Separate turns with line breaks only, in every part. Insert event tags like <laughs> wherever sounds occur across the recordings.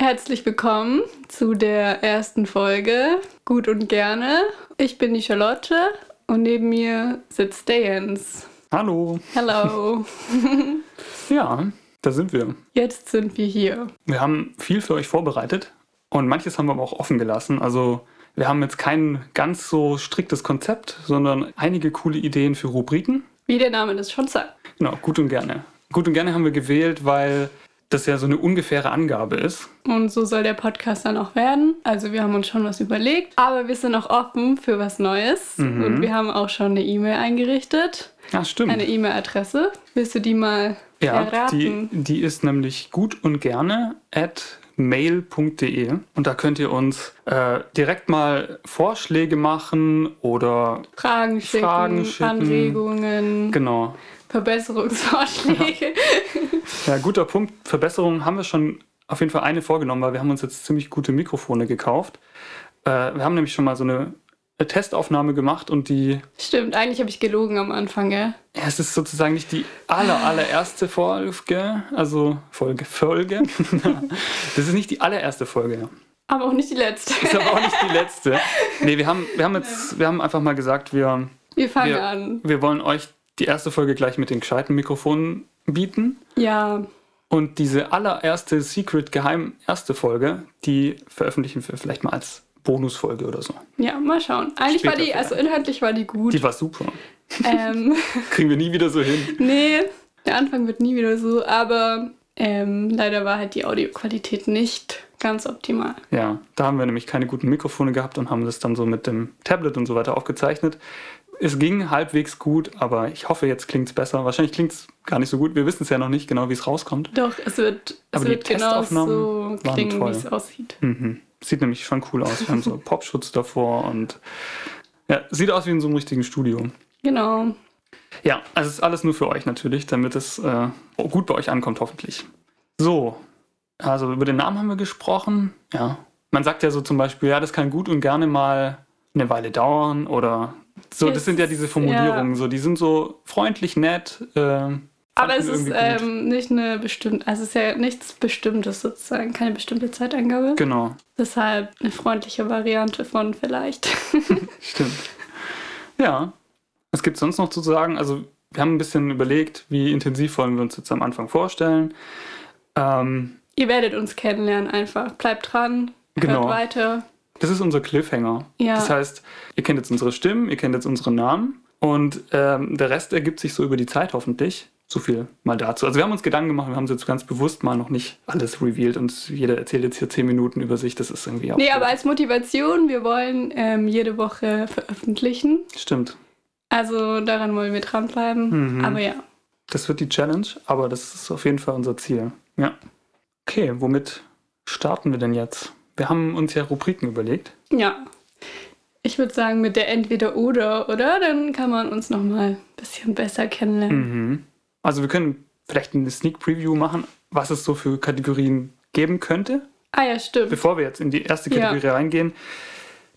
Herzlich willkommen zu der ersten Folge. Gut und gerne. Ich bin die Charlotte und neben mir sitzt der Jens.
Hallo. <laughs>
Hello.
Ja, da sind wir.
Jetzt sind wir hier.
Wir haben viel für euch vorbereitet und manches haben wir aber auch offen gelassen. Also wir haben jetzt kein ganz so striktes Konzept, sondern einige coole Ideen für Rubriken.
Wie der Name das schon sagt.
Genau, gut und gerne. Gut und gerne haben wir gewählt, weil das ja so eine ungefähre Angabe ist.
Und so soll der Podcast dann auch werden. Also wir haben uns schon was überlegt, aber wir sind auch offen für was Neues.
Mhm.
Und wir haben auch schon eine E-Mail eingerichtet.
Ja, stimmt.
Eine E-Mail-Adresse. Willst du die mal
ja, die,
erraten?
die ist nämlich gut und gerne at mail.de und da könnt ihr uns äh, direkt mal Vorschläge machen oder
Fragen schicken,
Fragen schicken.
Anregungen,
genau,
Verbesserungsvorschläge.
Ja, guter Punkt. Verbesserungen haben wir schon auf jeden Fall eine vorgenommen, weil wir haben uns jetzt ziemlich gute Mikrofone gekauft. Äh, wir haben nämlich schon mal so eine Testaufnahme gemacht und die,
Stimmt, eigentlich habe ich gelogen am Anfang, gell?
ja, es ist sozusagen nicht die aller, allererste Folge, also Folge, Folge. <laughs> das ist nicht die allererste Folge, ja.
Aber auch nicht die letzte. <laughs>
Ist aber auch nicht die letzte. Nee, wir haben, wir haben jetzt, wir haben einfach mal gesagt, wir,
Wir fangen
wir,
an.
wir wollen euch die erste Folge gleich mit den gescheiten Mikrofonen bieten.
Ja,
Und diese allererste Secret Geheim erste Folge, die veröffentlichen wir vielleicht mal als Bonusfolge oder so.
ja, mal schauen. Eigentlich
Später
war die, also inhaltlich war die gut.
Die <laughs> war super.
ähm,
Kriegen wir nie wieder so hin.
nee, der Anfang wird nie wieder so, aber ähm, leider war halt die Audioqualität nicht ganz optimal.
Ja, da haben wir nämlich keine guten Mikrofone gehabt und haben das dann so mit dem Tablet und so weiter aufgezeichnet. Es ging halbwegs gut, aber ich hoffe, jetzt klingt es besser. Wahrscheinlich klingt es gar nicht so gut. Wir wissen es ja noch nicht genau, wie es rauskommt.
Doch, es wird, es
Aber die
wird genau so
Testaufnahmen waren
klingen, wie
toll.
es aussieht.
Mhm. Sieht nämlich schon cool aus. Wir haben so Popschutz davor und ja, sieht aus wie in so einem richtigen Studio.
Genau.
Ja, also es ist alles nur für euch natürlich, damit es äh, gut bei euch ankommt, hoffentlich. So, also über den Namen haben wir gesprochen. Ja. Man sagt ja so zum Beispiel, ja, das kann gut und gerne mal eine Weile dauern oder so, das
Jetzt,
sind ja diese Formulierungen,
ja.
so, die sind so freundlich, nett. Äh, fanden
Aber es
wir
ist
irgendwie gut.
ähm, nicht eine bestimmte, also es ist ja nichts Bestimmtes sozusagen, keine bestimmte Zeitangabe.
Genau,
Deshalb eine freundliche Variante von vielleicht. <laughs>
stimmt. Ja. Was gibt es sonst noch zu sagen? Also, wir haben ein bisschen überlegt, wie intensiv wollen wir uns jetzt am Anfang vorstellen. Ähm,
Ihr werdet uns kennenlernen einfach. Bleibt dran,
Genau.
hört weiter.
Das ist unser Cliffhanger.
Ja.
Das heißt, ihr kennt jetzt unsere Stimmen, ihr kennt jetzt unsere Namen und ähm, der Rest ergibt sich so über die Zeit hoffentlich. So viel mal dazu. Also wir haben uns Gedanken gemacht, wir haben es jetzt ganz bewusst mal noch nicht alles revealed und jeder erzählt jetzt hier zehn Minuten über sich. Das ist irgendwie auch.
Nee, aber als Motivation, wir wollen ähm, jede Woche veröffentlichen.
Stimmt.
Also daran wollen wir dranbleiben.
Mhm.
Aber ja,
Das wird die Challenge, aber das ist auf jeden Fall unser Ziel. Ja. Okay, womit starten wir denn jetzt? Wir haben uns ja Rubriken überlegt.
ja. Ich würde sagen, mit der Entweder-Oder, oder? Dann kann man uns nochmal ein bisschen besser kennenlernen.
Mhm. Also wir können vielleicht eine Sneak Preview machen, was es so für Kategorien geben könnte.
Ah ja, stimmt.
bevor wir jetzt in die erste
Ja.
Kategorie reingehen,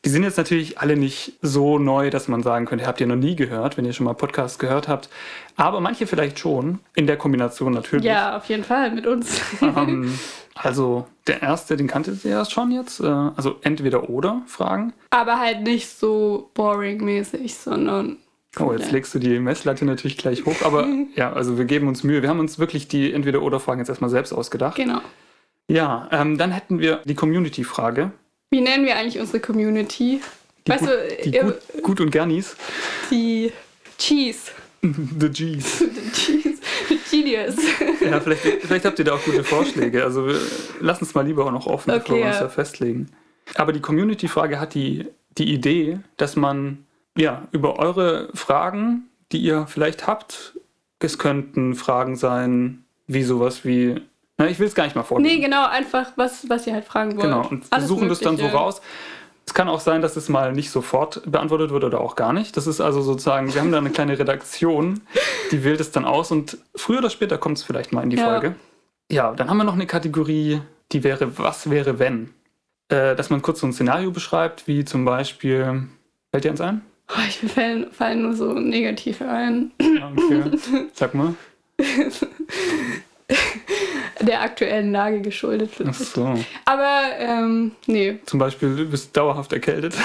die sind jetzt natürlich alle nicht so neu, dass man sagen könnte, habt ihr noch nie gehört, wenn ihr schon mal Podcasts gehört habt. Aber manche vielleicht schon, in der Kombination natürlich.
Ja, auf jeden Fall, mit uns.
<laughs> Ähm, also der erste, den kanntet ihr ja schon jetzt. äh, Also entweder oder Fragen.
<laughs> aber halt nicht so boring-mäßig, sondern.
Oh, jetzt legst du die Messlatte natürlich gleich hoch.
<laughs>
Aber ja, also wir geben uns Mühe. Wir haben uns wirklich die entweder oder Fragen jetzt erstmal selbst ausgedacht.
Genau.
Ja, ähm, dann hätten wir die Community-Frage.
Wie nennen wir eigentlich unsere Community?
Die
weißt
gut,
du,
die
ihr-
gut, gut und Gernis.
die Cheese.
The G's.
Cheese. Genius.
<laughs> Ja, vielleicht, vielleicht habt ihr da auch gute Vorschläge. Also wir- lass uns mal lieber auch noch offen, bevor
Okay,
wir uns
ja.
da festlegen. Aber die Community-Frage hat die, die Idee, dass man ja über eure Fragen, die ihr vielleicht habt, es könnten Fragen sein, wie sowas wie, na, ich will es gar nicht mal vorlesen.
Nee, genau, einfach was, was ihr halt fragen wollt.
Genau, und wir
Alles
suchen das dann so
Mögliche.
raus. Es kann auch sein, dass es mal nicht sofort beantwortet wird oder auch gar nicht. Das ist also sozusagen, wir haben da eine kleine Redaktion, die wählt es dann aus und früher oder später kommt es vielleicht mal in die
Ja.
Folge. Ja, dann haben wir noch eine Kategorie, die wäre, was wäre wenn? Äh, dass man kurz so ein Szenario beschreibt, wie zum Beispiel, fällt dir
<clears throat>
eins ein?
Oh, ich mir fallen, fallen nur so negative ein.
Ja, okay. Sag mal.
der aktuellen Lage geschuldet
Ach
sind.
so.
Aber ähm, nee,
Zum Beispiel, du bist dauerhaft erkältet.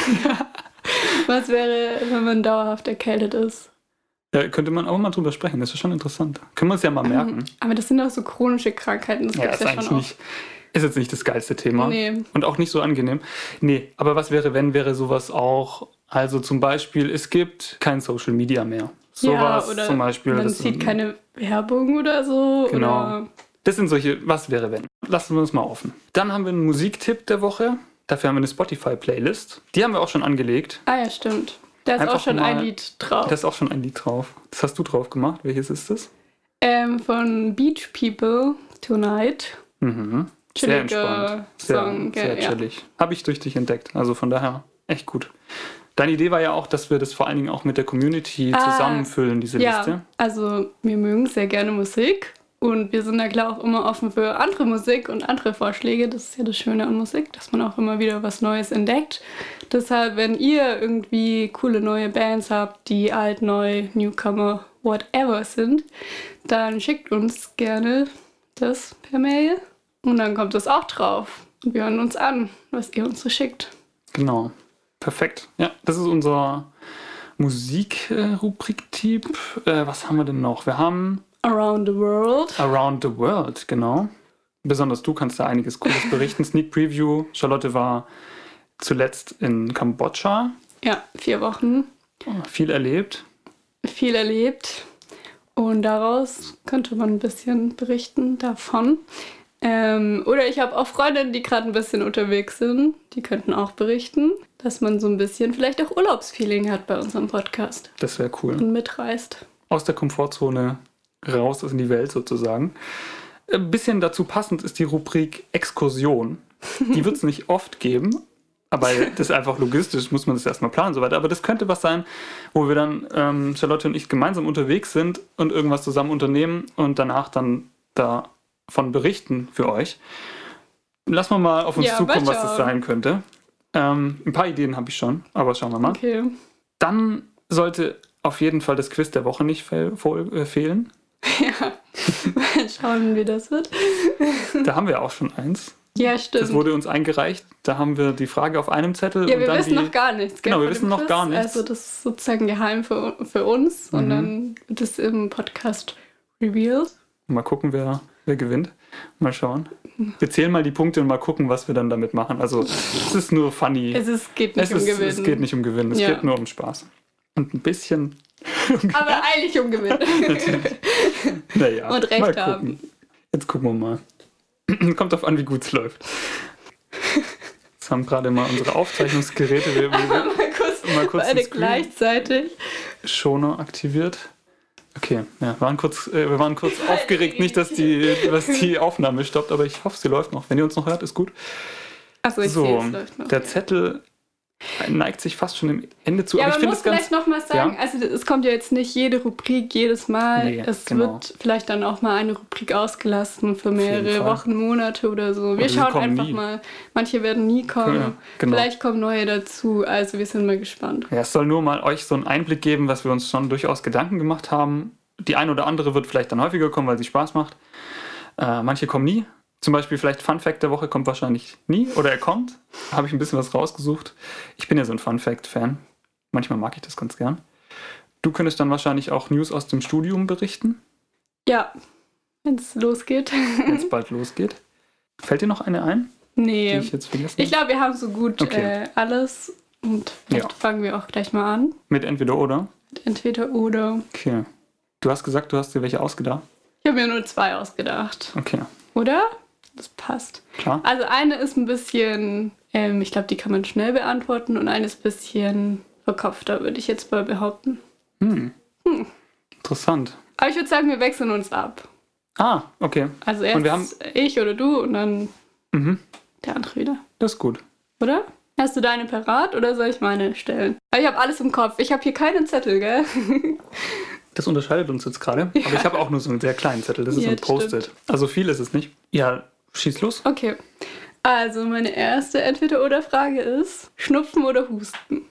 <laughs>
was wäre, wenn man dauerhaft erkältet ist?
Ja, könnte man auch mal drüber sprechen. Das ist schon interessant. Können wir uns ja
Ähm,
mal merken.
Aber das sind auch so chronische Krankheiten, das
Hm? Ja,
gibt's
ist
ja,
eigentlich
schon auch.
nicht. Ist jetzt nicht das geilste Thema.
Nee.
Und auch nicht so angenehm. Nee, aber was wäre, wenn wäre sowas auch. Also zum Beispiel, es gibt kein Social Media mehr. Sowas
ja, oder
zum Beispiel.
man
das-
sieht keine Werbung oder so.
Genau.
Oder,
Das sind solche Was wäre wenn. Lassen wir uns mal offen. Dann haben wir einen Musiktipp der Woche. Dafür haben wir eine Spotify-Playlist. Die haben wir auch schon angelegt.
ah ja, stimmt. Da ist
Einfach
auch schon ein
mal-
Lied drauf.
Da ist auch schon ein Lied drauf. Das hast du drauf gemacht. Welches ist das?
Ähm, von Beach People Tonight.
Mhm. Sehr
Chilliger
entspannt. Sehr,
Song,
sehr
gell, ja.
chillig. Habe ich durch dich entdeckt. Also von daher echt gut. Deine Idee war ja auch, dass wir das vor allen Dingen auch mit der Community
Ah,
zusammenfüllen, diese Liste.
Ja, also wir mögen sehr gerne Musik und wir sind da klar auch immer offen für andere Musik und andere Vorschläge. Das ist ja das Schöne an Musik, dass man auch immer wieder was Neues entdeckt. Deshalb, wenn ihr irgendwie coole neue Bands habt, die alt, neu, Newcomer, whatever sind, dann schickt uns gerne das per Mail und dann kommt das auch drauf. Und wir hören uns an, was ihr uns so schickt.
Genau. Perfekt. Ja, das ist unser Musik-Rubrik-Tipp. Äh, was haben wir denn noch? Wir haben
Around the World.
Around the World, genau. Besonders du kannst da einiges
<laughs>
Cooles berichten. Sneak Preview. Charlotte war zuletzt in Kambodscha.
Ja, vier Wochen.
Viel erlebt.
viel erlebt und daraus könnte man ein bisschen berichten davon. Ähm, oder ich habe auch Freundinnen, die gerade ein bisschen unterwegs sind, die könnten auch berichten, dass man so ein bisschen vielleicht auch Urlaubsfeeling hat bei unserem Podcast
Das wäre cool.
und mitreist.
aus der Komfortzone raus in die Welt sozusagen. Ein bisschen dazu passend ist die Rubrik Exkursion. Die wird es nicht oft geben, aber das ist einfach logistisch, muss man das erstmal planen und so weiter. Aber das könnte was sein, wo wir dann, ähm, Charlotte und ich, gemeinsam unterwegs sind und irgendwas zusammen unternehmen und danach dann davon berichten für euch. Lassen wir mal auf uns
Ja,
zukommen,
mal
was das
schauen.
sein könnte. Ähm, ein paar Ideen habe ich schon, aber schauen wir mal.
Okay. <laughs>
Dann sollte auf jeden Fall das Quiz der Woche nicht fehl, voll, äh, fehlen.
Ja. Mal schauen, wie das wird.
Da haben wir auch schon eins.
Ja,
Das
Hm. stimmt.
wurde uns eingereicht. Da haben wir die Frage auf einem Zettel
Ja,
und
wir
dann
wissen
die.
noch gar nichts.
Genau, wir
von dem
wissen noch
Quiz.
gar nichts. Mhm.
Also das ist sozusagen geheim für, für uns und dann wird es im Podcast revealed.
mal gucken, wer, wer gewinnt. Mal schauen.
Hm.
Wir zählen mal die Punkte und mal gucken, was wir dann damit machen. Also es ist nur funny.
Es ist, geht nicht
Es
um
ist-
Gewinnen.
es geht nicht um Gewinnen. Es
Ja.
geht nur um Spaß. Und ein bisschen,
Aber eigentlich um Gewinn.
<laughs> naja.
Und Recht
mal gucken.
haben.
Jetzt gucken wir mal. <clears throat> Kommt drauf an, wie gut
<laughs>
es läuft. Jetzt haben gerade mal unsere Aufzeichnungsgeräte.
<laughs>
Wir, wir,
Markus,
Mal kurz
beide
den Screen.
gleichzeitig.
Schoner aktiviert. Okay, ja, waren kurz, äh, wir waren kurz
Halt
aufgeregt, nicht, dass
<laughs>
die, dass die Aufnahme stoppt, aber ich hoffe, sie läuft noch. Wenn ihr uns noch hört, ist gut.
Achso, ich sehe,
So,
es läuft noch.
der Zettel neigt sich fast schon dem Ende zu,
ja,
aber ich
man
finde
muss
es ganz.
vielleicht nochmal sagen,
Ja.
also es kommt ja jetzt nicht jede Rubrik jedes Mal.
Nee,
es
genau.
wird vielleicht dann auch mal eine Rubrik ausgelassen für
jeden
mehrere
Fall.
Wochen, Monate oder so.
Oder
Wir
sie
schauen
kommen
einfach
nie.
mal. Manche werden nie kommen.
Ja, genau.
Vielleicht kommen neue dazu. Also wir sind mal gespannt.
Ja, es soll nur mal euch so einen Einblick geben, was wir uns schon durchaus Gedanken gemacht haben. Die ein oder andere wird vielleicht dann häufiger kommen, weil sie Spaß macht. Äh, manche kommen nie. Zum Beispiel vielleicht Fun Fact der Woche kommt wahrscheinlich nie oder er kommt. Habe ich ein bisschen was rausgesucht. Ich bin ja so ein Fun Fact-Fan. Manchmal mag ich das ganz gern. Du könntest dann wahrscheinlich auch News aus dem Studium berichten,
Ja, wenn es losgeht. <laughs>
wenn es bald losgeht. Fällt dir noch eine ein, die
nee.
ich jetzt vergessen
Ich
habe?
glaube, wir haben so gut
Okay.
äh, alles. Und vielleicht
Ja.
fangen wir auch gleich mal an.
Mit entweder oder.
Entweder oder.
Okay. Du hast gesagt, du hast dir welche ausgedacht.
Ich habe mir nur zwei ausgedacht,
Okay,
oder? Das passt.
klar.
Also eine ist ein bisschen, ähm, ich glaube, die kann man schnell beantworten und eine ist ein bisschen verkopfter, würde ich jetzt mal behaupten.
Interessant.
Aber ich würde sagen, wir wechseln uns ab.
Ah, okay.
Also erst
wir haben-
ich oder du und dann
Mhm.
der andere wieder,
Das ist gut.
oder? Hast du deine parat oder soll ich meine stellen? Aber ich habe alles im Kopf. Ich habe hier keinen Zettel, gell? <laughs>
Das unterscheidet uns jetzt gerade. Aber ich habe auch nur so einen sehr kleinen Zettel. Das ist
Ja,
ein
das
Post-it. Also viel ist es nicht. Ja, schieß los.
Okay. Also meine erste Entweder-oder-Frage ist Schnupfen oder Husten.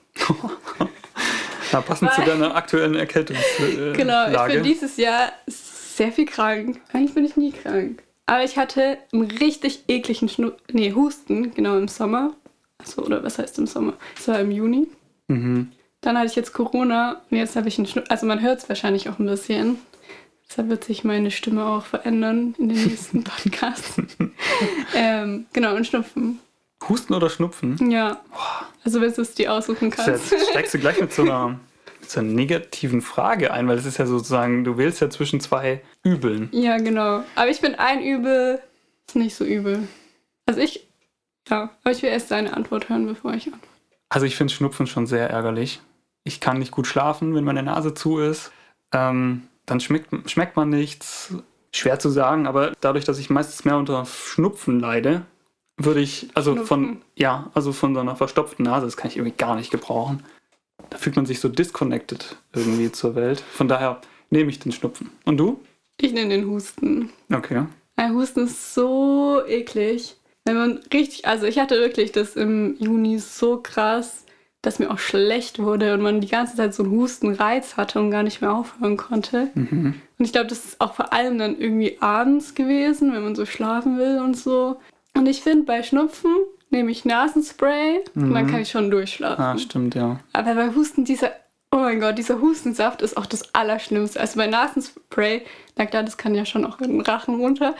Ja, passend zu <laughs>
Weil-
deiner aktuellen Erkältungslage.
Genau, ich bin dieses Jahr sehr viel krank. Eigentlich bin ich nie krank. Aber ich hatte einen richtig ekligen Schnu nee, Husten, genau im Sommer. Achso, oder was heißt im Sommer? Es war im Juni.
Mhm.
Dann hatte ich jetzt Corona und jetzt habe ich einen Schnupfen. Also man hört es wahrscheinlich auch ein bisschen. Deshalb wird sich meine Stimme auch verändern in den nächsten Podcasts. ähm, genau, und Schnupfen.
Husten oder Schnupfen?
Ja. Also wenn du es dir aussuchen kannst.
Jetzt steigst du gleich mit so einer, mit so einer negativen Frage ein, weil es ist ja sozusagen, du wählst ja zwischen zwei Übeln.
Ja, genau. Aber ich bin ein Übel, ist nicht so übel. Also ich, ja, aber ich will erst deine Antwort hören, bevor ich antworte.
Also ich finde Schnupfen schon sehr ärgerlich. Ich kann nicht gut schlafen, wenn meine Nase zu ist. Ähm, dann schmeckt, schmeckt man nichts. Schwer zu sagen, aber dadurch, dass ich meistens mehr unter Schnupfen leide, würde ich, also von,
Schnupfen.
ja, also von so einer verstopften Nase, das kann ich irgendwie gar nicht gebrauchen. Da fühlt man sich so disconnected irgendwie zur Welt. Von daher nehme ich den Schnupfen. Und du?
Ich nehme den Husten.
Okay.
Ein Husten ist so eklig. Wenn man richtig, also ich hatte wirklich das im Juni so krass, dass mir auch schlecht wurde und man die ganze Zeit so einen Hustenreiz hatte und gar nicht mehr aufhören konnte.
Mhm.
Und ich glaube, das ist auch vor allem dann irgendwie abends gewesen, wenn man so schlafen will und so. Und ich finde, bei Schnupfen nehme ich Nasenspray und dann
Mhm.
kann ich schon durchschlafen.
Ah, stimmt, ja.
Aber bei Husten, dieser, oh mein Gott, dieser Hustensaft ist auch das Allerschlimmste. Also bei Nasenspray, na klar, das kann ja schon auch in den Rachen runter,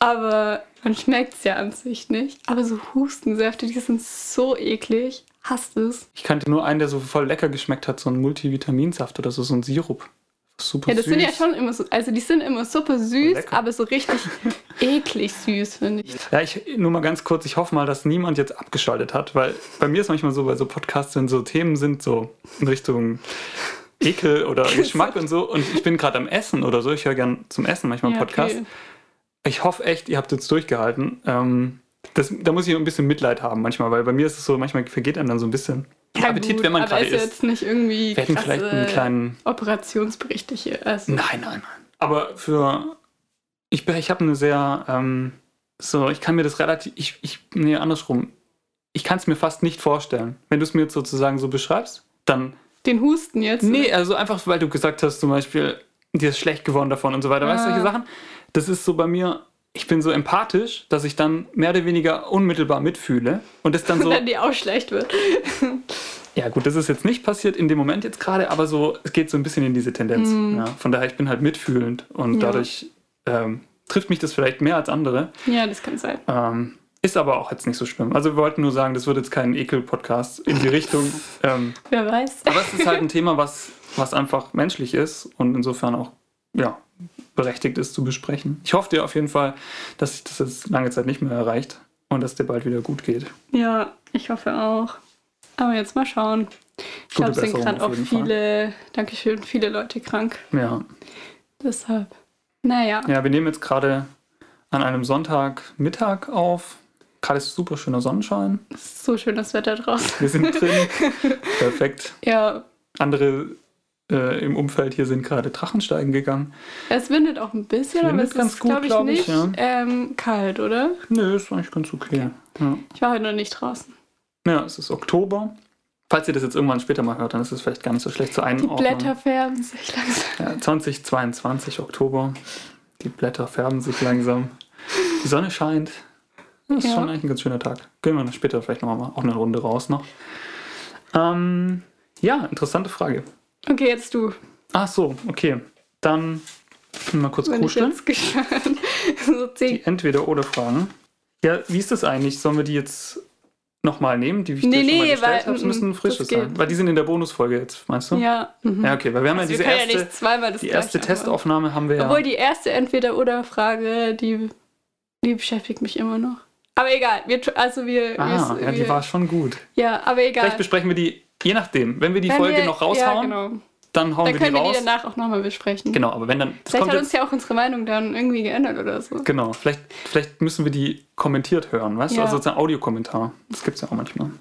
aber man schmeckt es ja an sich nicht. Aber so Hustensäfte, die sind so eklig. Hasst es.
Ich kannte nur einen, der so voll lecker geschmeckt hat, so ein Multivitaminsaft oder so, so ein Sirup. Super
Ja, das
süß.
sind ja schon immer so, also die sind immer super süß,
Lecker.
aber so
<laughs>
richtig eklig süß, finde ich.
Ja, ich nur mal ganz kurz, ich hoffe mal, dass niemand jetzt abgeschaltet hat, weil bei mir ist manchmal so, bei so Podcasts, wenn so Themen sind, so in Richtung
<laughs>
Ekel oder Geschmack und so, und ich bin gerade am Essen oder so, ich höre gern zum Essen manchmal
Ja,
Podcast.
okay.
Ich hoffe echt, ihr habt jetzt durchgehalten. Ähm, das, da muss ich ein bisschen Mitleid haben manchmal, weil bei mir ist es so, manchmal vergeht einem dann so ein bisschen
Ja,
Appetit,
gut,
wenn man
aber
gerade
ist
isst.
jetzt nicht irgendwie
Wir hätten
krasse
vielleicht einen kleinen-
Operationsberichte hier. Also,
Nein, nein, nein. Aber für. Ich, bin- ich habe eine sehr. Ähm, so, ich kann mir das relativ. Ich, ich, nee, andersrum. Ich kann es mir fast nicht vorstellen. Wenn du es mir jetzt sozusagen so beschreibst, dann.
den Husten jetzt. <laughs>
Nee, also einfach, weil du gesagt hast, zum Beispiel, dir ist schlecht geworden davon und so weiter. Weißt du,
Ah.
solche Sachen? Das ist so bei mir. Ich bin so empathisch, dass ich dann mehr oder weniger unmittelbar mitfühle und das <laughs> dann so.
Wenn die auch schlecht wird.
Ja, gut, das ist jetzt nicht passiert in dem Moment jetzt gerade, aber so, es geht so ein bisschen in diese Tendenz. Ja, von daher, ich bin halt mitfühlend und
Ja.
dadurch ähm, trifft mich das vielleicht mehr als andere.
Ja, das kann sein.
Ähm, ist aber auch jetzt nicht so schlimm. Also, wir wollten nur sagen, das wird jetzt kein Ekel-Podcast in die Richtung. Ähm,
Wer weiß.
aber es ist halt ein Thema, was, was einfach menschlich ist und insofern auch, ja, berechtigt ist zu besprechen. Ich hoffe dir auf jeden Fall, dass sich das jetzt lange Zeit nicht mehr erreicht und dass dir bald wieder gut geht.
Ja, ich hoffe auch. Aber jetzt mal schauen. Ich glaube,
Gute
es sind
Besserung
gerade
auf
auch
jeden Fall.
viele, Dankeschön, viele Leute krank.
Ja.
Deshalb. Naja.
Ja, wir nehmen jetzt gerade an einem Sonntagmittag auf. Gerade ist super schöner Sonnenschein.
es ist so schönes Wetter draußen. <laughs>
Wir sind drin. Perfekt.
Ja,
Andere äh, im Umfeld hier sind gerade Drachensteigen gegangen.
es windet auch ein bisschen,
Es
aber
windet
es
ganz
ist,
gut,
glaube ich,
glaub ich,
nicht
ja.
ähm, kalt, oder?
Nö, ist eigentlich ganz okay. Ja.
Ich war heute noch nicht draußen.
ja, es ist Oktober. Falls ihr das jetzt irgendwann später mal hört, dann ist es vielleicht gar nicht so schlecht zu
Die
einordnen.
Blätter färben sich <laughs> langsam.
Ja, 2022 Oktober. Die Blätter färben sich langsam. Die Sonne scheint. Das ist
Ja.
schon eigentlich ein ganz schöner Tag. Gehen wir dann später vielleicht nochmal auch eine Runde raus noch. Ähm, ja, interessante Frage.
Okay, jetzt du.
Ach so, okay. Dann mal kurz
Bin ich
kuscheln.
jetzt <laughs> gespannt. <laughs> so
Die
zehn.
Entweder-Oder-Fragen. Ja, wie ist das eigentlich? Sollen wir die jetzt nochmal nehmen, die ich
Nee,
dir schon mal
nee,
gestellt
weil,
habe? Es
mm,
müssen
das
frische
geht.
sein. Weil die sind in der Bonusfolge jetzt, meinst du?
Ja. Mhm.
Ja, okay, weil wir haben
Also
ja
wir
diese
können
erste,
ja nicht zweimal das
die
Gleiche
erste
machen.
Testaufnahme haben wir ja.
Obwohl die erste Entweder-Oder-Frage, die, die beschäftigt mich immer noch. Aber egal, wir, tr- also wir.
ah,
wir,
ja, die
wir-
war schon gut.
ja, aber egal.
Vielleicht besprechen wir die, je nachdem, wenn wir die
Wenn
Folge
wir-
noch raushauen,
Ja, genau.
dann hauen
Dann
wir
können
die
wir die
raus.
danach auch nochmal besprechen.
genau, aber wenn dann. Das
Vielleicht
kommt
hat
jetzt,
uns ja auch unsere Meinung dann irgendwie geändert oder so.
genau, vielleicht, vielleicht müssen wir die kommentiert hören, weißt du?
Ja.
Also sozusagen Audiokommentar. Das gibt es ja auch manchmal.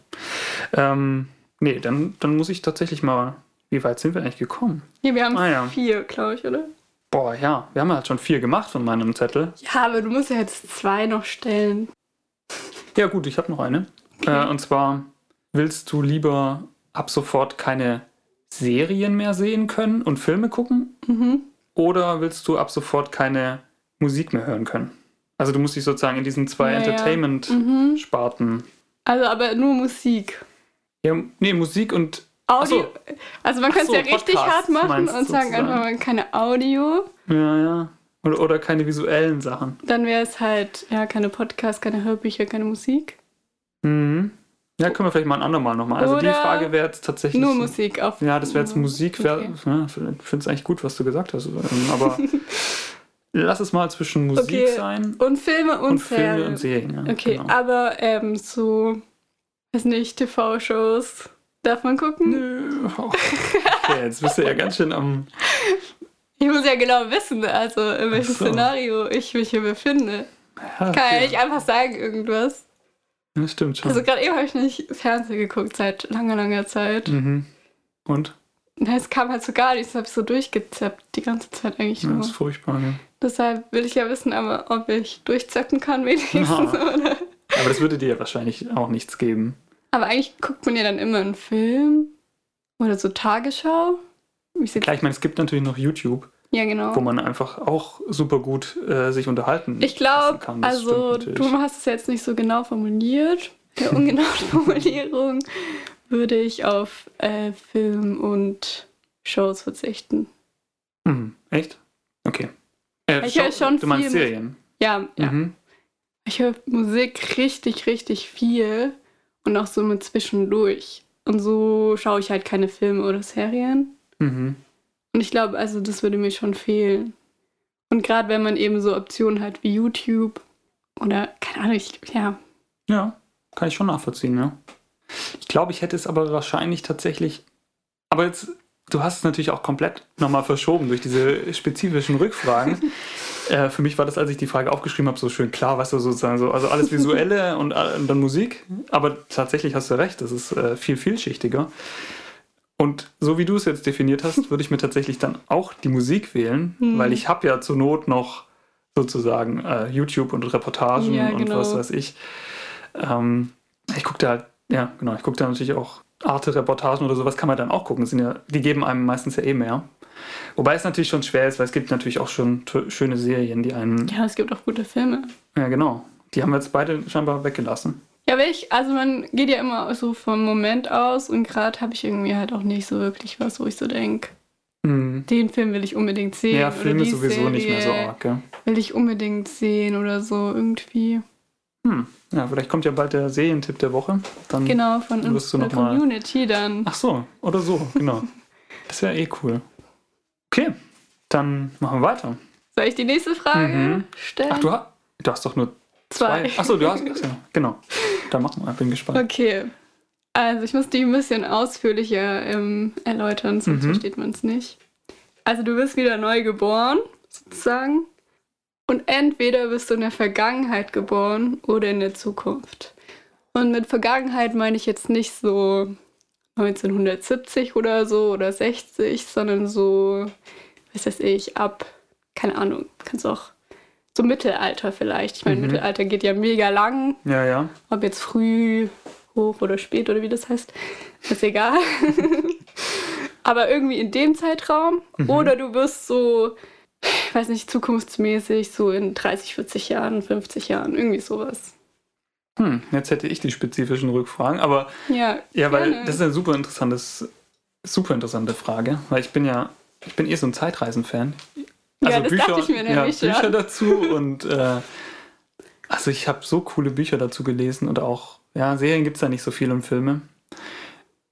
Ähm, nee, dann, dann muss ich tatsächlich mal. Wie weit sind wir eigentlich gekommen?
Hier, wir haben
Ah, ja.
vier, glaube ich, oder?
Boah, ja, wir haben halt schon vier gemacht von meinem Zettel.
Ja, aber du musst ja jetzt zwei noch stellen.
Ja, gut, ich habe noch eine. Äh, und zwar, willst du lieber ab sofort keine Serien mehr sehen können und
Mhm.
Filme gucken? Oder willst du ab sofort keine Musik mehr hören können? Also du musst dich sozusagen in diesen zwei
Ja, ja. Mhm.
Entertainment-Sparten.
Also aber nur Musik.
Ja, nee, Musik und
Audio.
so.
Also man
Ach
kann es
so,
ja richtig
Podcasts
hart machen
meinst du
und sagen
sozusagen.
einfach mal keine Audio.
ja, ja. Oder, oder keine visuellen Sachen.
Dann wäre es halt, ja, keine Podcasts, keine Hörbücher, keine Musik.
Mhm. Ja, können wir vielleicht mal ein andermal nochmal. Also die
Oder
Frage wäre jetzt tatsächlich.
Nur Musik auf.
Ja, das wäre jetzt Musik. Wär,
Okay.
ja, ich finde es eigentlich gut, was du gesagt hast. ähm,
<laughs>
Aber lass es mal zwischen Musik
Okay.
sein
Und Filme und,
und Filme
Serien.
und Serien. Ja,
Okay,
genau.
aber ähm, so, weiß nicht, TV-Shows darf man gucken?
Nö. Okay, jetzt bist du ja ganz schön am.
Ich muss ja genau wissen, also in welchem
so.
Szenario ich mich hier befinde.
Ja, Hm.
Kann ja
okay.
nicht einfach sagen irgendwas.
Das stimmt schon.
Also gerade eben habe ich nicht Fernsehen geguckt seit langer, langer Zeit.
mhm. Und?
Na, Es kam halt so gar nichts, habe ich so durchgezappt die ganze Zeit eigentlich
Ja,
nur.
das ist furchtbar.
<laughs>
Ja.
Deshalb will ich ja wissen, aber ob ich durchzappen kann <laughs> wenigstens.
Aha.
Oder?
Aber das würde dir ja wahrscheinlich auch nichts geben.
Aber eigentlich guckt man ja dann immer einen Film oder so Tagesschau. Wie sieht's-
Klar, ich meine, es gibt natürlich noch YouTube,
Ja, genau.
wo man einfach auch super gut äh, sich unterhalten
Ich glaube,
lassen kann. Das
also
stimmt
du
natürlich.
hast es jetzt nicht so genau formuliert. Der
<laughs>
ungenauen Formulierung würde ich auf äh, Film und Shows verzichten.
Mhm. Echt? Okay. Äh,
Ich höre
Show-
schon
Du meinst
viel mit-
Serien?
Ja, ja.
Mhm.
ich höre Musik richtig, richtig viel und auch so mit zwischendurch. Und so schaue ich halt keine Filme oder Serien.
Mhm.
Und ich glaube, also das würde mir schon fehlen. Und gerade wenn man eben so Optionen hat wie YouTube oder keine Ahnung, ich, ja,
Ja, kann ich schon nachvollziehen, ja. Ich glaube, ich hätte es aber wahrscheinlich tatsächlich. Aber jetzt, du hast es natürlich auch komplett nochmal verschoben durch diese
<laughs>
spezifischen Rückfragen. äh, für mich war das, als ich die Frage aufgeschrieben habe, so schön klar, weißt du, sozusagen so. Also alles
<laughs>
Visuelle und, äh, und dann Musik. Aber tatsächlich hast du recht, das ist äh, viel vielschichtiger. Und so wie du es jetzt definiert hast, würde ich mir tatsächlich dann auch die Musik wählen,
Hm.
weil ich habe ja zur Not noch sozusagen äh, YouTube und Reportagen
Ja,
und
genau.
was weiß ich. Ähm, ich gucke da halt, ja, genau, ich gucke da natürlich auch Arte-Reportagen oder sowas kann man dann auch gucken. Das Sind ja, die geben einem meistens ja eh mehr. Wobei es natürlich schon schwer ist, weil es gibt natürlich auch schon t- schöne Serien, die einen.
ja, es gibt auch gute Filme.
Ja, genau. Die haben wir jetzt beide scheinbar weggelassen.
Ja, aber ich, also man geht ja immer so vom Moment aus und gerade habe ich irgendwie halt auch nicht so wirklich was, wo ich so denke,
Mhm.
den Film will ich unbedingt sehen.
Ja,
oder
Filme
die
sowieso nicht mehr so
Serie
arg, gell?
Will ich unbedingt sehen oder so irgendwie.
Hm. Ja, vielleicht kommt ja bald der Serientipp der Woche. Dann
Genau, von
Hm. Wirst du
unserer
noch mal-
Community dann.
Ach so, oder so,
<laughs>
genau. das wäre eh cool. Okay, dann machen wir weiter.
Soll ich die nächste Frage
Mhm.
stellen?
Ach, du, ha du hast doch nur
Zwei.
zwei. Ach so, du hast. ach so, Genau. Dann machen wir. Bin gespannt.
Okay. Also ich muss die ein bisschen ausführlicher ähm, erläutern, sonst
Mhm.
versteht man es nicht. Also du bist wieder neu geboren, sozusagen. Und entweder bist du in der Vergangenheit geboren oder in der Zukunft. Und mit Vergangenheit meine ich jetzt nicht so 1970 oder so oder 60, sondern so, was weiß ich, ab, keine Ahnung, kannst auch so Mittelalter vielleicht. Ich meine,
Mhm.
Mittelalter geht ja mega lang
Ja, ja.
ob jetzt früh, hoch oder spät oder wie das heißt, ist egal. <laughs> Aber irgendwie in dem Zeitraum.
Mhm.
Oder du wirst so, ich weiß nicht, zukunftsmäßig, so in 30, 40 Jahren, 50 Jahren, irgendwie sowas.
Hm, jetzt hätte ich die spezifischen Rückfragen, aber
Ja,
ja, weil
gerne.
das ist eine super interessantes, super interessante Frage, weil ich bin ja, ich bin eh so ein Zeitreisen-Fan. Also
Ja, das dachte ich mir nämlich, ja.
Bücher dazu und äh, also ich habe so coole Bücher dazu gelesen und auch, ja, Serien gibt es da nicht so viel und Filme.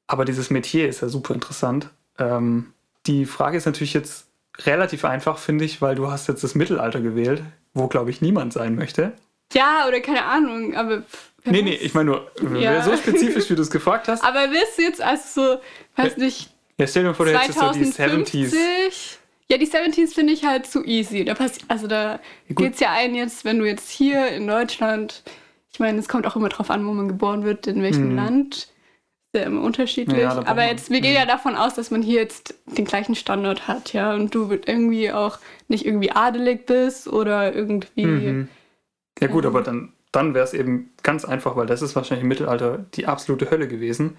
Aber dieses Metier ist ja super interessant. Ähm, die Frage ist natürlich jetzt relativ einfach, finde ich, weil du hast jetzt das Mittelalter gewählt, wo, glaube ich, niemand sein möchte.
ja, oder keine Ahnung, aber. pff, wer
Nee,
weiß.
nee, ich meine nur,
Ja.
so spezifisch, wie du es gefragt hast.
Aber wirst du jetzt also so,
Äh,
weiß nicht,
Ja, stell dir mal vor, du hättest so die 70s.
2050. Ja, die 70s finde ich halt zu easy. Da passt, also da
gut.
geht's ja ein jetzt, wenn du jetzt hier in Deutschland, ich meine, es kommt auch immer drauf an, wo man geboren wird, in welchem
Mhm.
Land. Ist ja immer unterschiedlich.
Ja, da braucht
Aber
man-
jetzt, wir gehen ja davon aus, dass man hier jetzt den gleichen Standort hat, ja. Und du irgendwie auch nicht irgendwie adelig bist oder irgendwie.
Mhm. Ja, gut, aber dann, dann wäre es eben ganz einfach, weil das ist wahrscheinlich im Mittelalter die absolute Hölle gewesen.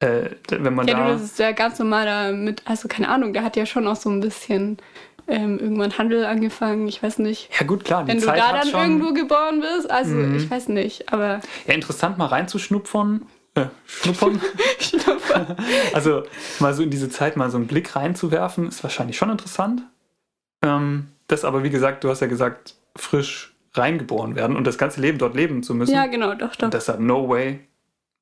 Äh, d- wenn man
Ja, du,
da.
das ist ja ganz normal da mit, also keine Ahnung, der hat ja schon auch so ein bisschen ähm, irgendwann Handel angefangen, ich weiß nicht.
Ja gut, klar, die
Wenn du
Zeit
da
hat
dann
schon... Mhm.
irgendwo geboren bist, also ich weiß nicht, aber <laughs>
Ja, interessant mal reinzuschnupfern. Äh,
<laughs>
schnuppern. <laughs> also mal so in diese Zeit mal so einen Blick reinzuwerfen, ist wahrscheinlich schon interessant. Ähm, das aber, wie gesagt, du hast ja gesagt, frisch reingeboren werden und das ganze Leben dort leben zu müssen.
ja, genau, doch, doch.
Und deshalb no way,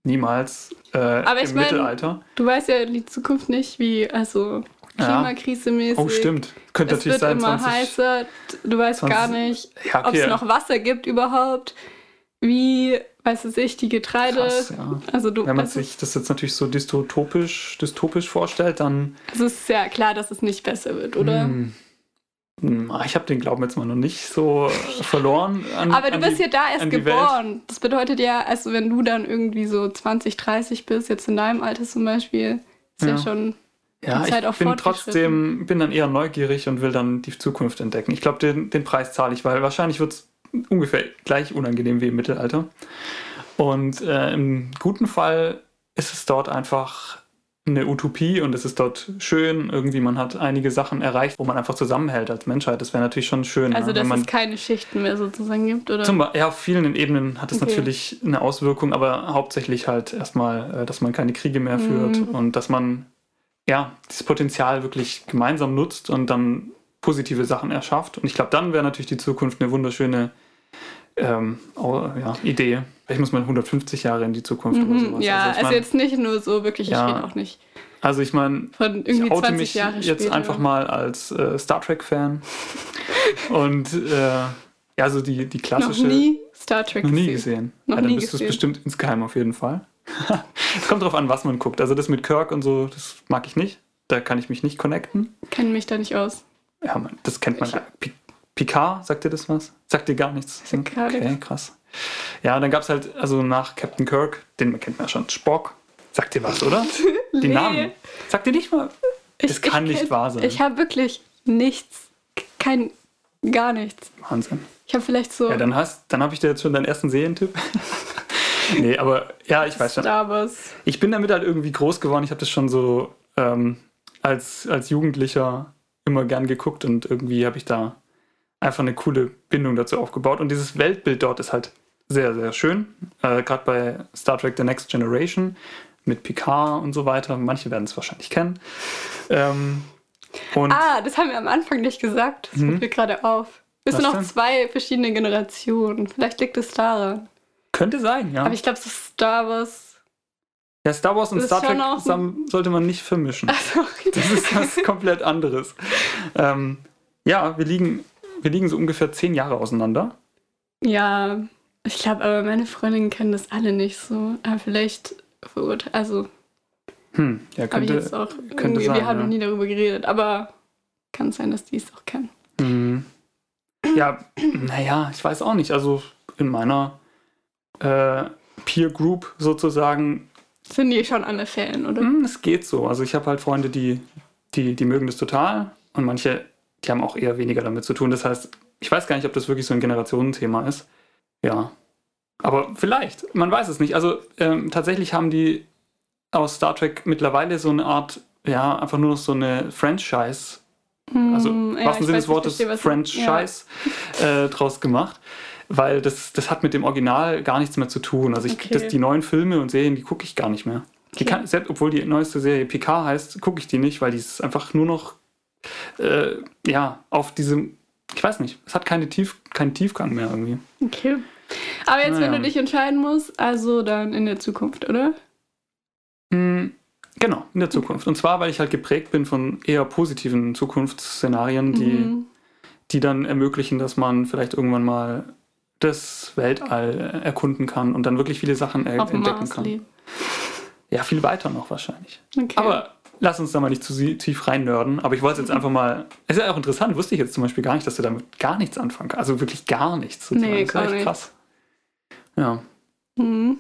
niemals äh,
Aber ich
im
mein,
Mittelalter.
Du weißt ja die Zukunft nicht, wie, also
Ja.
Klimakrise-mäßig.
Oh, stimmt. Könnte
Es wird
natürlich sein,
immer
20...
heißer, du weißt
20
gar nicht,
Ja,
ob
okay.
es noch Wasser gibt überhaupt, wie, weiß es ich, die Getreide.
Krass, ja.
Also du,
Wenn man
also,
sich das jetzt natürlich so dystopisch, dystopisch vorstellt, dann...
also es ist ja klar, dass es nicht besser wird, oder?
Hm. Hm, ah, Ich habe den Glauben jetzt mal noch nicht so äh, verloren. An,
Aber du
an
bist
die,
ja da erst
an die
geboren. Das bedeutet ja, also wenn du dann irgendwie so 20, 30 bist, jetzt in deinem Alter zum Beispiel, ist ja,
Ja.
schon.
Ja,
die Zeit
ich
auch
bin
fortgeschritten.
trotzdem bin dann eher neugierig und will dann die Zukunft entdecken. Ich glaube, den, den Preis zahle ich, weil wahrscheinlich wird es ungefähr gleich unangenehm wie im Mittelalter. Und äh, im guten Fall ist es dort einfach eine Utopie und es ist dort schön. Irgendwie man hat einige Sachen erreicht, wo man einfach zusammenhält als Menschheit. Das wäre natürlich schon schön,
Also
ne?
dass
wenn man
es keine Schichten mehr sozusagen gibt, oder?
Zum Be- ja, auf vielen Ebenen hat es
Okay.
natürlich eine Auswirkung, aber hauptsächlich halt erstmal, äh, dass man keine Kriege mehr führt
Mhm.
und dass man ja das Potenzial wirklich gemeinsam nutzt und dann positive Sachen erschafft. Und ich glaube, dann wäre natürlich die Zukunft eine wunderschöne ähm, au- ja, Idee. Vielleicht muss man 150 Jahre in die Zukunft oder
mhm,
sowas.
ja,
also
also,
ich meine,
jetzt nicht nur so wirklich,
Ja.
ich rede auch nicht
also ich mein,
von
ich
irgendwie
oute
20
mich
Jahre
jetzt
später.
einfach mal als äh,
<laughs>
Star Trek-Fan. und äh, ja, so die, die
noch
klassische.
nie Star Trek
Noch nie
gesehen.
gesehen.
Noch
ja, dann
nie
bist du es
gesehen.
bestimmt insgeheim auf jeden Fall. <laughs> es kommt drauf an, was man guckt. Also das mit Kirk und so, das mag ich nicht. Da kann ich mich nicht connecten.
Kenne mich da nicht aus.
Ja, man, das kennt man.
Ich-
ja. Pi- Picard, sagt dir das was? Sagt dir gar nichts.
Sagt gar
okay,
nichts.
krass. Ja, und dann gab es halt, also nach Captain Kirk, den kennt man ja schon, Spock. Sagt dir was, oder?
<laughs>
Die
Nee.
Namen. Sagt dir nicht mal. Das kann nicht
kenn-
wahr sein.
Ich habe wirklich nichts, kein, gar nichts.
Wahnsinn.
Ich habe vielleicht so
Ja, dann hast, dann habe ich dir jetzt schon deinen ersten Serientipp. <laughs> nee, aber ja, ich weiß schon.
Star Wars.
ich bin damit halt irgendwie groß geworden. Ich habe das schon so ähm, als, als Jugendlicher immer gern geguckt und irgendwie habe ich da einfach eine coole Bindung dazu aufgebaut. Und dieses Weltbild dort ist halt sehr, sehr schön. Äh, Gerade bei Star Trek The Next Generation mit Picard und so weiter. Manche werden es wahrscheinlich kennen. Ähm, und Mhm.
Ah, das haben wir am Anfang nicht gesagt. Das fällt mir gerade auf. Wir
Was
sind noch
denn?
zwei verschiedene Generationen. Vielleicht liegt es daran.
könnte sein, ja.
Aber ich glaube, es ist Star Wars. <laughs>
ja. Star Wars und
Das ist
Star
schon
Trek
auch ein-
sam- sollte man nicht vermischen.
Also,
Das ist was
<laughs>
komplett anderes. Ähm, ja, wir liegen, wir liegen so ungefähr zehn Jahre auseinander.
ja, ich glaube, aber meine Freundinnen kennen das alle nicht so. Aber vielleicht verurteilt. Also,
Hm,
habe
ja,
ich
könnte.
jetzt auch.
könnte
irgendwie-
sein,
wir haben
ja.
noch nie darüber geredet. Aber kann sein, dass die es auch kennen.
Mhm. Ja, naja, ich weiß auch nicht. Also in meiner äh, Peer Group sozusagen,
Sind die schon alle Fan, oder?
hm, es geht so. Also ich habe halt Freunde, die, die, die mögen das total und manche, die haben auch eher weniger damit zu tun. Das heißt, ich weiß gar nicht, ob das wirklich so ein Generationenthema ist. Ja. Aber vielleicht, man weiß es nicht. Also ähm, tatsächlich haben die aus Star Trek mittlerweile so eine Art, ja, einfach nur noch so eine Franchise also
Hm,
im
ja,
wahrsten
ich weiß,
Sinne des
ich
Wortes
verstehe, was du-
Franchise äh, draus gemacht, weil das, das hat mit dem Original gar nichts mehr zu tun. Also ich,
Okay.
das, die neuen Filme und Serien, die gucke ich gar nicht mehr.
Okay.
Die kann, selbst obwohl die neueste Serie PK heißt, gucke ich die nicht, weil die ist einfach nur noch äh, ja, auf diesem, ich weiß nicht, es hat keine Tief, keinen Tiefgang mehr irgendwie.
Ja. Okay. Aber jetzt, wenn
Naja.
du dich entscheiden musst, also dann in der Zukunft, oder?
Hm, Genau, in der Zukunft. Und zwar, weil ich halt geprägt bin von eher positiven Zukunftsszenarien, die
Mhm.
die dann ermöglichen, dass man vielleicht irgendwann mal das Weltall erkunden kann und dann wirklich viele Sachen er
auf dem
entdecken
Mars
kann.
leben.
Ja, viel weiter noch wahrscheinlich.
Okay.
Aber lass uns da mal nicht zu sie- tief reinnörden. Aber ich
<laughs>
wollte jetzt einfach mal. Es ist ja auch interessant, wusste ich jetzt zum Beispiel gar nicht, dass du damit gar nichts anfangen kannst. Also wirklich gar nichts. sozusagen.
Nee,
das ist ja
gar
echt
nicht.
krass. Ja.
Mhm.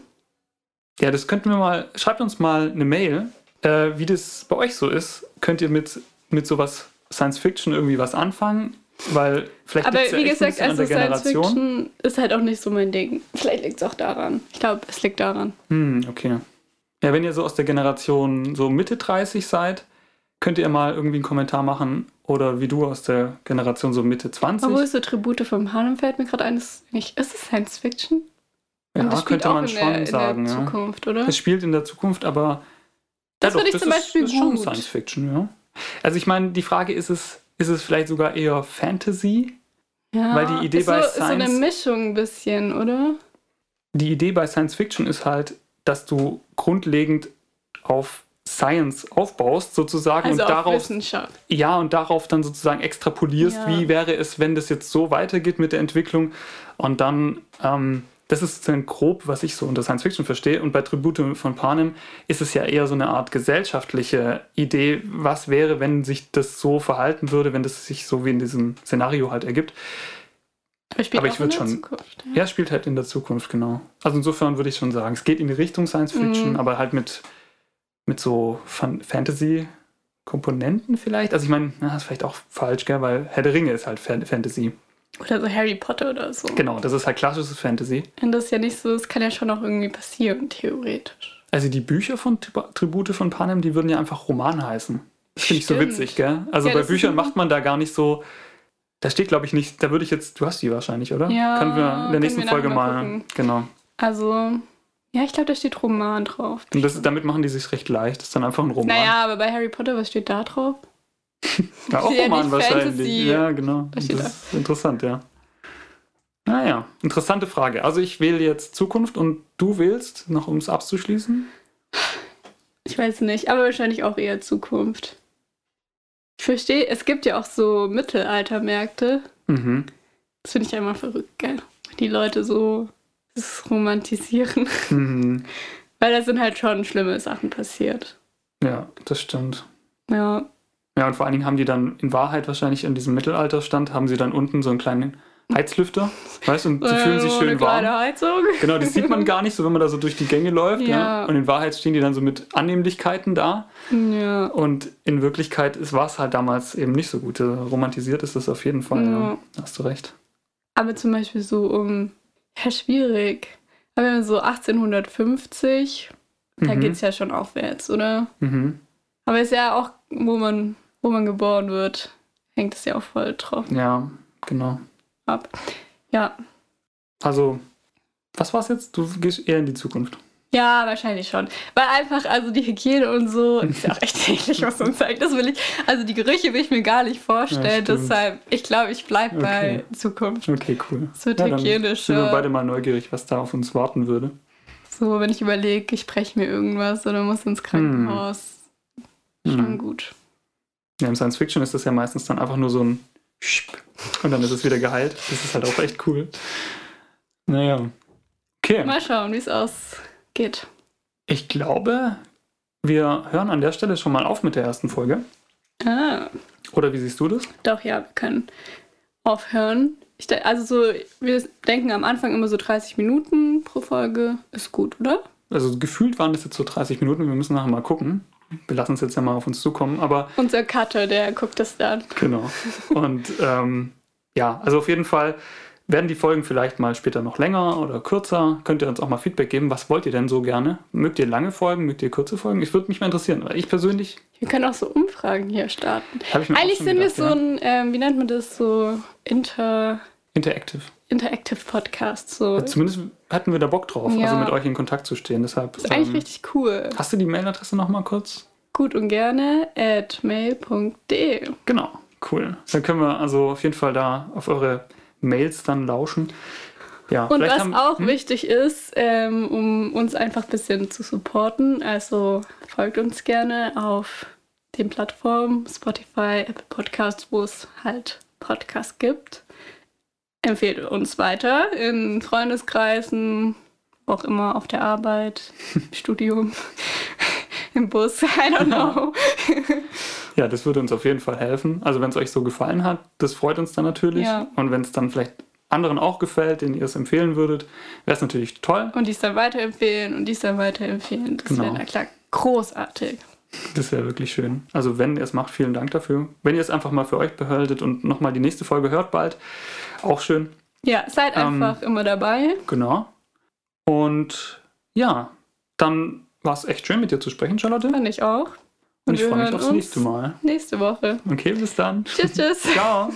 Ja, das könnten wir mal. Schreibt uns mal eine Mail, äh, wie das bei euch so ist. Könnt ihr mit, mit sowas Science Fiction irgendwie was anfangen? Weil vielleicht
Aber
liegt's ja
wie
echt ein
gesagt,
bisschen an
also
der
Science
Generation.
Fiction ist halt auch nicht so mein Ding. Vielleicht liegt es auch daran. Ich glaube, es liegt daran.
Hm, okay. Ja, wenn ihr so aus der Generation so Mitte 30 seid, könnt ihr mal irgendwie einen Kommentar machen oder wie du aus der Generation so Mitte 20.
Obwohl so Tribute vom Hahn fällt mir gerade ein, ist, nicht, ist es Science Fiction? Und
ja,
das spielt
könnte
auch
man
in
schon
der,
sagen.
In der
ja.
Zukunft, oder?
Es spielt in der Zukunft, aber
Das
Ja, doch,
finde ich zum
ist,
Beispiel
ist schon
gut.
Science Fiction, ja. Also ich meine, die Frage ist es, ist es vielleicht sogar eher Fantasy?
Ja,
weil die Idee
ist
bei
so, ist so eine
Science-
Mischung ein bisschen, oder?
Die Idee bei Science Fiction ist halt, dass du grundlegend auf Science aufbaust sozusagen
Also
und
auch
daraus
Wissenschaft.
ja und darauf dann sozusagen extrapolierst,
Ja.
wie wäre es, wenn das jetzt so weitergeht mit der Entwicklung und dann ähm, das ist sozusagen grob, was ich so unter Science Fiction verstehe. Und bei Tribute von Panem ist es ja eher so eine Art gesellschaftliche Idee, was wäre, wenn sich das so verhalten würde, wenn das sich so wie in diesem Szenario halt ergibt.
Aber, spielt
Aber
auch
ich
in
würd
der
schon-
Zukunft. Ja.
Ja, es spielt halt in der Zukunft, genau. Also insofern würde ich schon sagen, es geht in die Richtung Science Fiction,
Mhm.
aber halt mit, mit so Fan Fantasy-Komponenten vielleicht. Also ich meine, na, ist vielleicht auch falsch, gell, weil Herr der Ringe ist halt Fan Fantasy.
Oder so Harry Potter oder so.
Genau, das ist halt klassisches Fantasy.
Und das ist ja nicht so, es kann ja schon auch irgendwie passieren, theoretisch.
Also die Bücher von Tri- Tribute von Panem, die würden ja einfach Roman heißen. Das finde ich so
Stimmt.
witzig, gell? Also
Ja,
bei
das ist
Büchern
ein-
macht man da gar nicht so. Da steht, glaube ich, nicht, da würde ich jetzt, du hast die wahrscheinlich, oder?
Ja,
Können wir in der
können
nächsten
wir
Folge
nachher mal
mal.
gucken.
Genau.
Also, ja, ich glaube, da steht Roman drauf.
Und das, damit machen die sich recht leicht. Das ist dann einfach ein Roman.
Naja, aber bei Harry Potter, was steht da drauf?
Ja, auch
Ist ja
Roman
nicht
wahrscheinlich.
Fantasy.
Ja, genau.
Da
Das
steht
ist interessant, ja. Naja, interessante Frage. Also ich wähle jetzt Zukunft und du wählst, noch um es abzuschließen.
Ich weiß nicht, aber wahrscheinlich auch eher Zukunft. Ich verstehe, es gibt ja auch so Mittelaltermärkte.
Mhm.
Das finde ich ja immer verrückt, gell? Wenn Die Leute so das romantisieren. <laughs>
mhm.
Weil da sind halt schon schlimme Sachen passiert.
Ja, das stimmt.
Ja,
Ja, und vor allen Dingen haben die dann in Wahrheit wahrscheinlich in diesem Mittelalterstand, haben sie dann unten so einen kleinen Heizlüfter, weißt du, und sie
Äh,
fühlen sich
so
schön
eine
warm.
kleine Heizung. <laughs>
Genau, das sieht man gar nicht, so wenn man da so durch die Gänge läuft. Ja.
Ja.
Und in Wahrheit stehen die dann so mit Annehmlichkeiten da.
Ja.
Und in Wirklichkeit ist- war es halt damals eben nicht so gut. Äh, Romantisiert ist das auf jeden Fall. Ja.
Ja.
Hast du recht.
Aber zum Beispiel so um, ja, schwierig. Aber wenn wir so 1850, da
Mhm.
geht's ja schon aufwärts, oder?
Mhm.
Aber ist ja auch, wo man, wo man geboren wird, hängt es ja auch voll drauf
Ja, genau.
ab. Ja.
Also, was war's jetzt? Du gehst eher in die Zukunft.
Ja, wahrscheinlich schon. Weil einfach, also die Hygiene und
<laughs>
so, ist ja auch echt eklig, was man sagt. Das will ich, also die Gerüche will ich mir gar nicht
Ja,
vorstellen.
stimmt.
deshalb, ich glaube, ich bleibe
Okay.
bei Zukunft.
Okay, cool.
So
dann
hygienisch,
sind wir
ja.
beide mal neugierig, was da auf uns warten würde.
So, wenn ich überlege, ich breche mir irgendwas oder muss ins Krankenhaus. Schon
Hm.
gut.
Ja, Im Science Fiction ist das ja meistens dann einfach nur so ein Schip und dann ist es wieder geheilt. Das ist halt auch echt cool. Naja. Okay.
Mal schauen, wie es ausgeht.
Ich glaube, wir hören an der Stelle schon mal auf mit der ersten Folge.
Ah,
Oder wie siehst du das?
doch, ja, wir können aufhören. Ich, de- also so, wir denken am Anfang immer so 30 Minuten pro Folge ist gut, oder?
Also gefühlt waren das jetzt so 30 Minuten. Wir müssen nachher mal gucken. Wir lassen es jetzt ja mal auf uns zukommen. Aber
Unser Cutter, der guckt das dann.
Genau. Und ähm, ja, also auf jeden Fall werden die Folgen vielleicht mal später noch länger oder kürzer. Könnt ihr uns auch mal Feedback geben? Was wollt ihr denn so gerne? Mögt ihr lange Folgen? Mögt ihr kurze Folgen? Ich würde mich mal interessieren, weil ich persönlich
Wir können auch so Umfragen hier starten.
habe ich mir
Eigentlich
auch schon
sind wir
gedacht,
so
ja.
ein, ähm, wie nennt man das, so inter,
Interactive.
Interactive Podcast. So.
Also
Das
zumindest hatten wir da Bock drauf,
Ja.
also mit euch in Kontakt zu stehen. Deshalb.
ist eigentlich
ähm,
richtig cool.
hast du die Mailadresse noch mal kurz?
Gut und gerne at mail.de.
Genau, cool. Dann können wir also auf jeden Fall da auf eure Mails dann lauschen. Ja,
Und
vielleicht
was
haben, hm?
auch wichtig ist, ähm, um uns einfach ein bisschen zu supporten, also folgt uns gerne auf den Plattformen Spotify, Apple Podcasts, wo es halt Podcasts gibt. Empfehlt uns weiter in Freundeskreisen, wo auch immer, auf der Arbeit, im
<laughs>
Studium, <laughs> im Bus, I don't
Genau.
know.
Ja, das würde uns auf jeden Fall helfen. Also wenn es euch so gefallen hat, das freut uns dann natürlich.
Ja.
Und wenn es dann vielleicht anderen auch gefällt, denen ihr es empfehlen würdet, wäre es natürlich toll.
Und dies dann weiterempfehlen und dies dann weiterempfehlen. Das
Genau.
wäre na klar großartig.
Das wäre wirklich schön. Also wenn ihr es macht, vielen Dank dafür. Wenn ihr es einfach mal für euch behaltet und nochmal die nächste Folge hört bald, auch schön.
Ja, seid
Ähm,
einfach immer dabei.
Genau. Und ja, dann war es echt schön, mit dir zu sprechen, Charlotte.
Fand ich auch.
Und ich
Wir
freue mich
hören
aufs
uns
nächste Mal.
Nächste Woche.
Okay, bis dann.
Tschüss, tschüss.
Ciao.